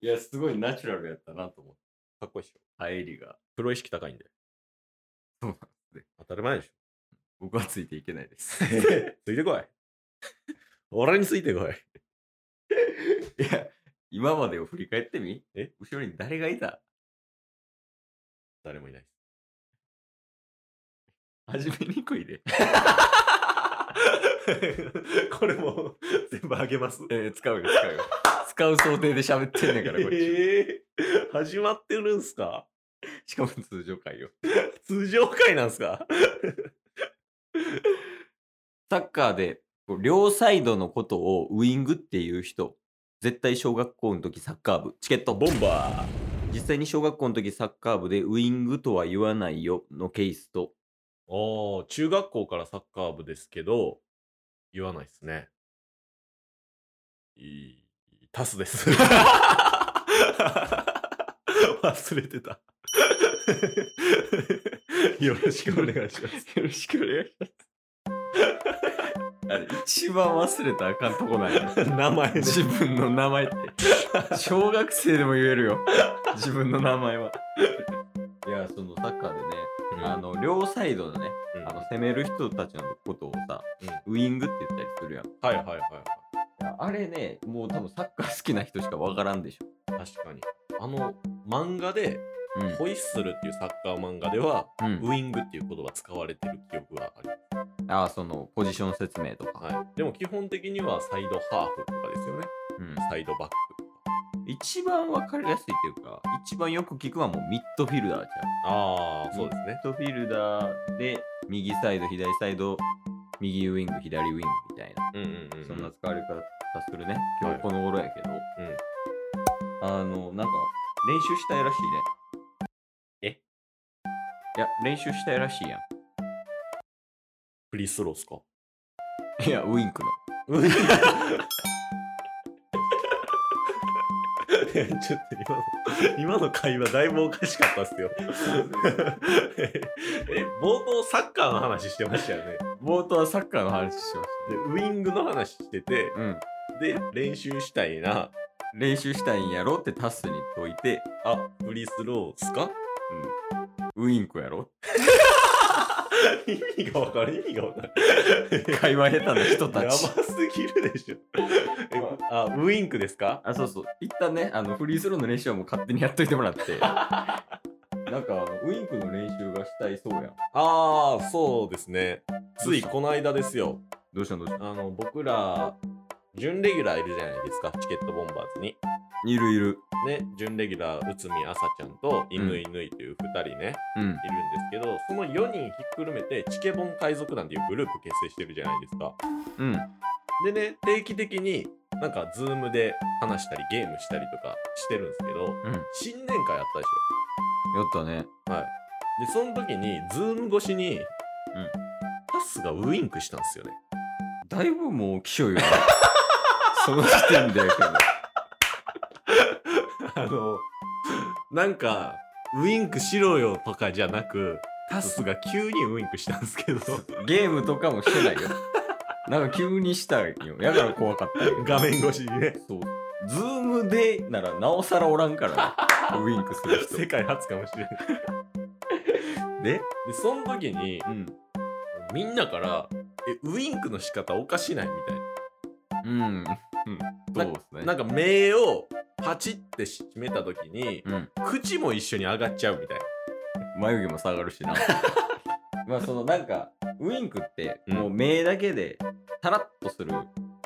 いや、すごいナチュラルやったなと思って。かっこいいっしょ。入りが。プロ意識高いんで。そうなんですね当たり前でしょ。僕はついていけないです。 ついてこい。 俺についてこい。いや、今までを振り返ってみえ後ろに誰がいた誰もいないです。始めにくいで。 これも全部あげ ます。えー使うよ、使うよ。使う想定で喋ってんねんから、こっち。えー始まってるんすかしかも通常会よ。通常会なんすかサッカーでこう両サイドのことをウイングっていう人、絶対小学校の時サッカー部、チケット。ボンバー。実際に小学校の時サッカー部でウイングとは言わないよのケースと、ああ、中学校からサッカー部ですけど、言わないですね。いい、タスです。 忘れてた。 よろしくお願いします。よろしくお願いします。あれ一番忘れたらあかんとこないよ名前ね自分の名前って小学生でも言えるよ自分の名前はいやそのサッカーでね、あの両サイドのねうんあの攻める人たちのことをさ、ウイングって言ったりするやんはいはいはいあれね、もう多分サッカー好きな人しかわからんでしょ。いはい。確かに。あの、漫画で、ホイッスルっていうサッカー漫画では、うん。ウイングっていう言葉使われてる記憶がありますああ、その、ポジション説明とか。はい。でも基本的にはサイドハーフとかですよね。うん。サイドバックとか。一番わかりやすいっていうか、一番よく聞くはもうミッドフィルダーじああ、ゃん。そうですねミッ。ドフィルダーで、右サイド、左サイド、右ウイング、左ウイングみたいな。うんうんうん。そんな使われ方するね。今日この頃やけど。んあの、なんか、練習したいらしいえね。いや、練習したいらしいやフリースローっすかん。いや、ウインクの。 ちょっと今の、今の会話だいぶおかしかったっすよ。 え、冒頭サッカーの話してましたよね。冒頭はサッカーの話しましで、ウイングの話してて、た。うん。で、練習したいな。練習したいんやろってタスに解いて、あ、フリースローっすかウインクやろ意味がわかる、意味がわかる。会話下手な人やたばち。すぎるでしょ。えあ、ウインクですかあ、そうそう。一旦ね、あの、フリースローの練習はもう勝手にやっといてもらって。 なんか、あのウインクの練習がしたいそうやん。ああ、そうですね。ついこの間ですよ。どうしたんどうしたんあの、僕ら、準レギュラーいるじゃないですか、チケットボンバーズに。いるいる。ね、準レギュラー、内海朝ちゃんと、犬犬という2人ね、うん。いるんですけど、その4人ひっくるめて、チケボン海賊団っていうグループ結成してるじゃないですか。うん。でね、定期的に、なんか、ズームで話したり、ゲームしたりとかしてるんですけど、うん。や新年会あったでしったね。ょ。はい。で、その時に、ズーム越しに、タスがウインクしたんですよね。だいぶもう、気象よね。 その時点でやけど。あの、なんか、ウインクしろよとかじゃなく、タスが急にウインクしたんですけど、ゲームとかもしてないよ。なんか急にしたよ。やから怖かったんやけど。画面越しにね、そう。ズームでならなおさらおら んからね。ウインクする人。世界初かもしれない。で、で、その時に、うん。みんなから、え、ウインクの仕方おかしないみたいうん。そうですね。な。なんか目をパチって閉めた時に、うん。口も一緒に上がっちゃうみたいな。眉毛も下がるし な。まあそのなんか、ウインクって、うんもう目だけで、さらっとする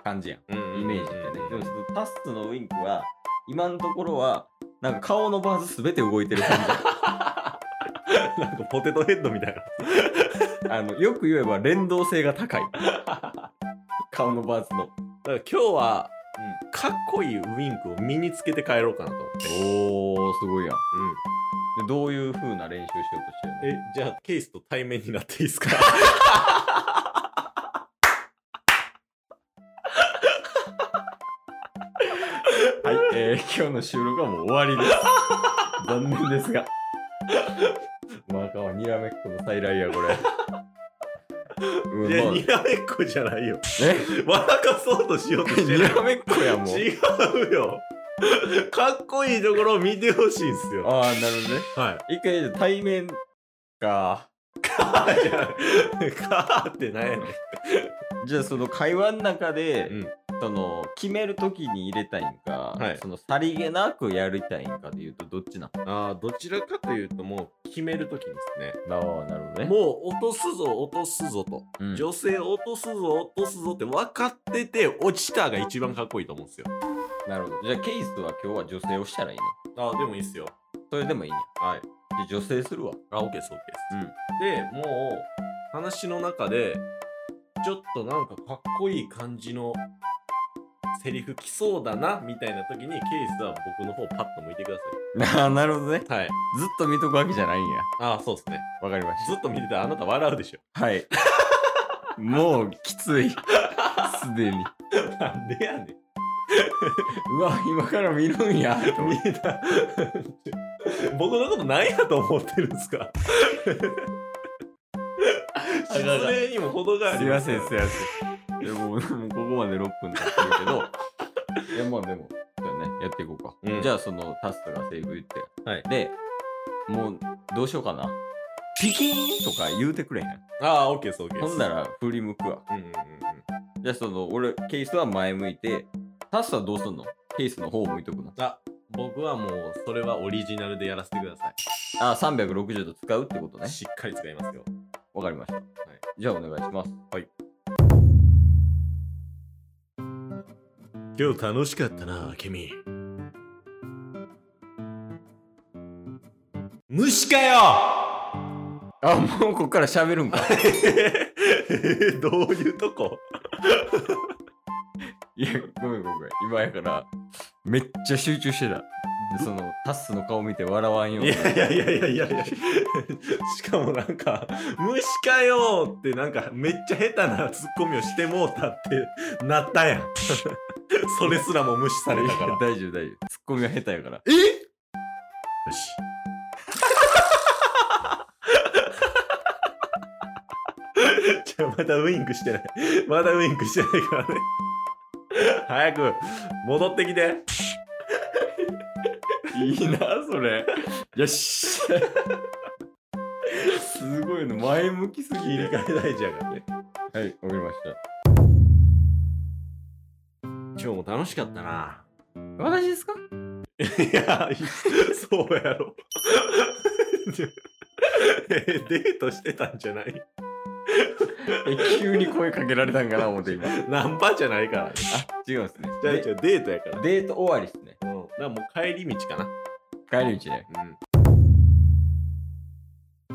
感じやん。イメージってね。でもちょっとタスのウインクは、今のところは、なんか顔のバーズすべて動いてる感なんかポテトヘッドみたいな。 じ。あの、よく言えば連動性が 高い。顔のバーズだの。から今日は、かっこいいウインクを身につけて帰ろうかなと思って。おー、すごいやん。うん。で、どういう風な練習しようとしてるのえ、じゃあ、ケースと対面になっていいですかはい、えー、今日の収録はもう終わりです。残念ですが。まあ、かわにらめっこの再来や、これ。うん、いや、まあにらめっこじゃないよ。え笑かそうとしようとしてに る。らめっこや、もう。違うよ。かっこいいところを見てほしいんですよ。ああ、なるほどね。はい。一回、対面か。カーってなんやねん。じゃあ、その会話の中で、うんその、決めるときに入れたいんか、はいその、さりげなくやりたいんかで言うと、どっちなんああ、どちらかというともう決めるときですね。ああ、なるほどね。もう落とすぞ落とすぞと、うん女性落とすぞ落とすぞって分かってて落ちたが一番かっこいいと思うんですよなるほど。じゃあ、ケイスは今日は女性をしたらいいのあでもいいっすよそれでもいいんや。はいじゃあ、女性するわ。あ OK です OK です、でもう話の中でちょっとなんかかっこいい感じのセリフ来そうだなみたいな時にケイスは僕の方パッと向いてくだ ああ、なるほどね。さいはいずっと見とくわけじゃないんや。あそうですねわかりましずっと見てたらあなた笑うでしょた。 はい。もう、きつい。すで に。 なんでやねんうわ、今から見るんや。と思っ見てえた 僕のこと何やと思ってるんです か失礼にも程があすりいまますせよん、すいません。でも、もうここまで6分経ってるけ ど、いや、まあでも、そうだね、やっていこうか。うんじゃあ、そのタスクがセーブ言って。はいで、もう、どうしようかな。ピキーンとか言うてくれへん。ああオッケーですオッケーほですんなら、振り向くわ。うんうんうんうんじゃあ、その、俺、ケイスは前向いて、タスはどうすんのケイスの方を向いとくの。あ僕はもうそれはオリジナルでやらせてください、あ、360度使うってことね。しっかり使いますよわかりました。じゃあ、お願いします。今日楽しかったな君虫かよあ、もうこっから喋るんか。 どういうとこ いや、ごめんごめん。今やから、めっちゃ集中してた。でその、タッスの顔見て笑わんよういに。やいやいやいやいやいやしかもなんか「虫かよ!」ってなんかめっちゃ下手なツッコミをしてもうたってなったやんそれすらも無視されたかいらや大丈夫大丈夫。ツッコミは下手やから。えよし じゃあまだウインクしてないまだウインクしてないからね早く戻ってきていいな、それ。よし。すごいの、前向きすぎ切りる。替え大事やからねはい、わかりました。今日も楽しかったな私ですかいや、いそうやろ。 えデートしてたんじゃないえ、急に声かけられたんかな、思って 今。あ、ナンパじゃないから。違うんですね。じゃあ、じゃあデートやから。デート終わりですね。うん。だからもう帰り道か帰り道ね。な。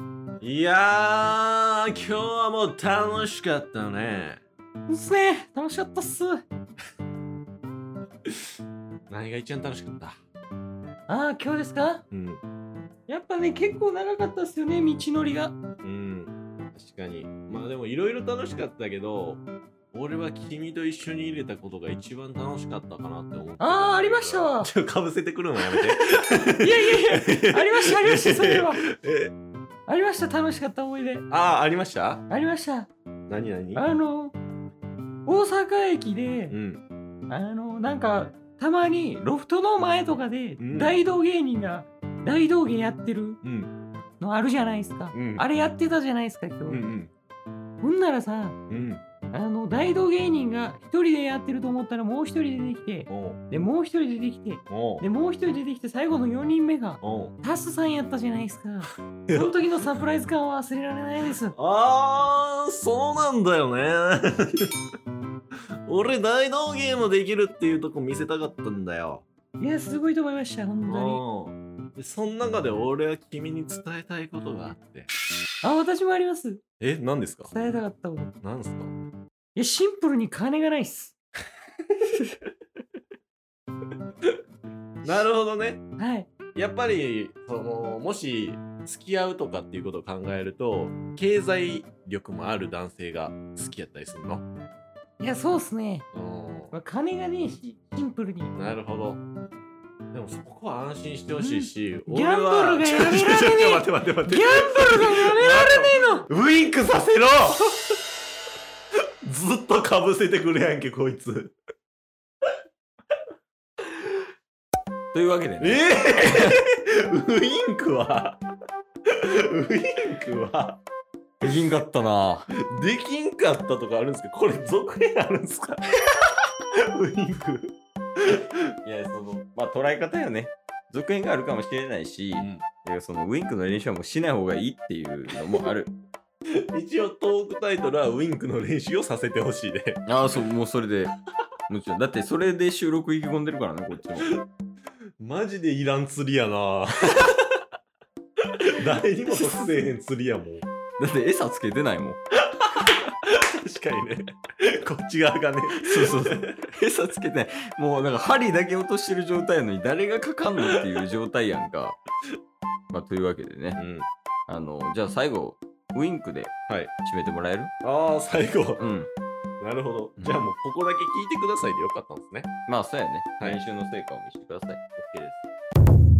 うん。いやー、今日はもう楽しかったね。うっすね。楽しかったっす。何が一番楽しかったああ、今日ですかうん。やっぱね、結構長かったっすよね、道のりが。うん。確かに。まあでもいろいろ楽しかったけど、俺は君と一緒に入れたことが一番楽しかったかなって思ってる。あーありましたわちょ、かぶせてくるのやめて。いやいやいや。 ありましたあり ましたそれはえありました楽しかった思い出ああありましたありました何何あの大阪駅でう、んあのなんかたまにロフトの前とかでうん大道芸人が大道芸やってるうんのあるじゃないですか、うんあれやってたじゃないですか今日、うんほんならさうんうんあの大道芸人が一人でやってると思ったらもう一人出てきておうでもう一人出てきておうでもう一人出てきて最後の4人目がおうタスさんやったじゃないですかそ の時のサプライズ感は忘れられないですあーそうなんだよね 俺大道芸もできるっていうとこ見せたかったんだよいや、すごいと思いました、本当うに。んでその中で俺は君に伝えたいことがあってあ、私もあります。え何ですか伝えたかったこと。い何ですかや、シンプルに金がないっす。なるほどねはい。やっぱりそのもし付き合うとかっていうことを考えると経済力もある男性が好きやったりするのいや、そうっすね。うまあ、金がねえし、シンプルに。んなるほどでもそこは安心してほしいし、うん俺はギャンブルがやめられねえちょちょちょ待って待って待ってギャンブルがやめられねえのウインクさせろずっとかぶせてくるやんけこいつというわけでね、えウインクは、ウインクはできんかったなできんかったとかあるんですかこれ続編あるんですかウインクいや、その、まあ、捉え方よね。続編があるかもしれないし、いやそのウインクの練習はもうしない方がいいっていうのもある。一応トークタイトルはウインクの練習をさせてほしいでああ、そう、もうそれで。もちろん。だってそれで収録意気込んでるからね、こっちも。マジでいらん釣りや な誰にも得せえへん釣りやもんだって餌つけてないもん。確かにねこっち側がねそうそ うそう。餌つけてない。もうなんか針だけ落としてる状態やのに誰がかかんのっていう状態やんか。まあ、というわけでね。んあの、じゃあ最後、ウインクではい締めてもらえる、ああ 最後うん。なるほどうんじゃあもうここだけ聞いてくださいでよかったんですねまあ、そうやね。はい練習の成果を見せてください。 OK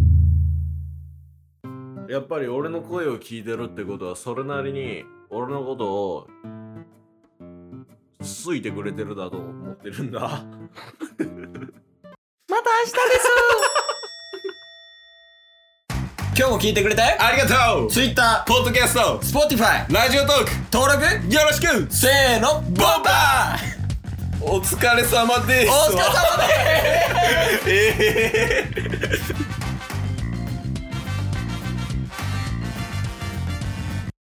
ですやっぱり俺の声を聞いてるってことはそれなりに俺のことを好いてくれてるだと思ってるんだまた明日です今日も聞いてくれてあありがとう Twitter、ポッドキャスト Spotify、ラジオトーク登録よろしくせーのボンバーお疲れ様ですお疲れ様ですええ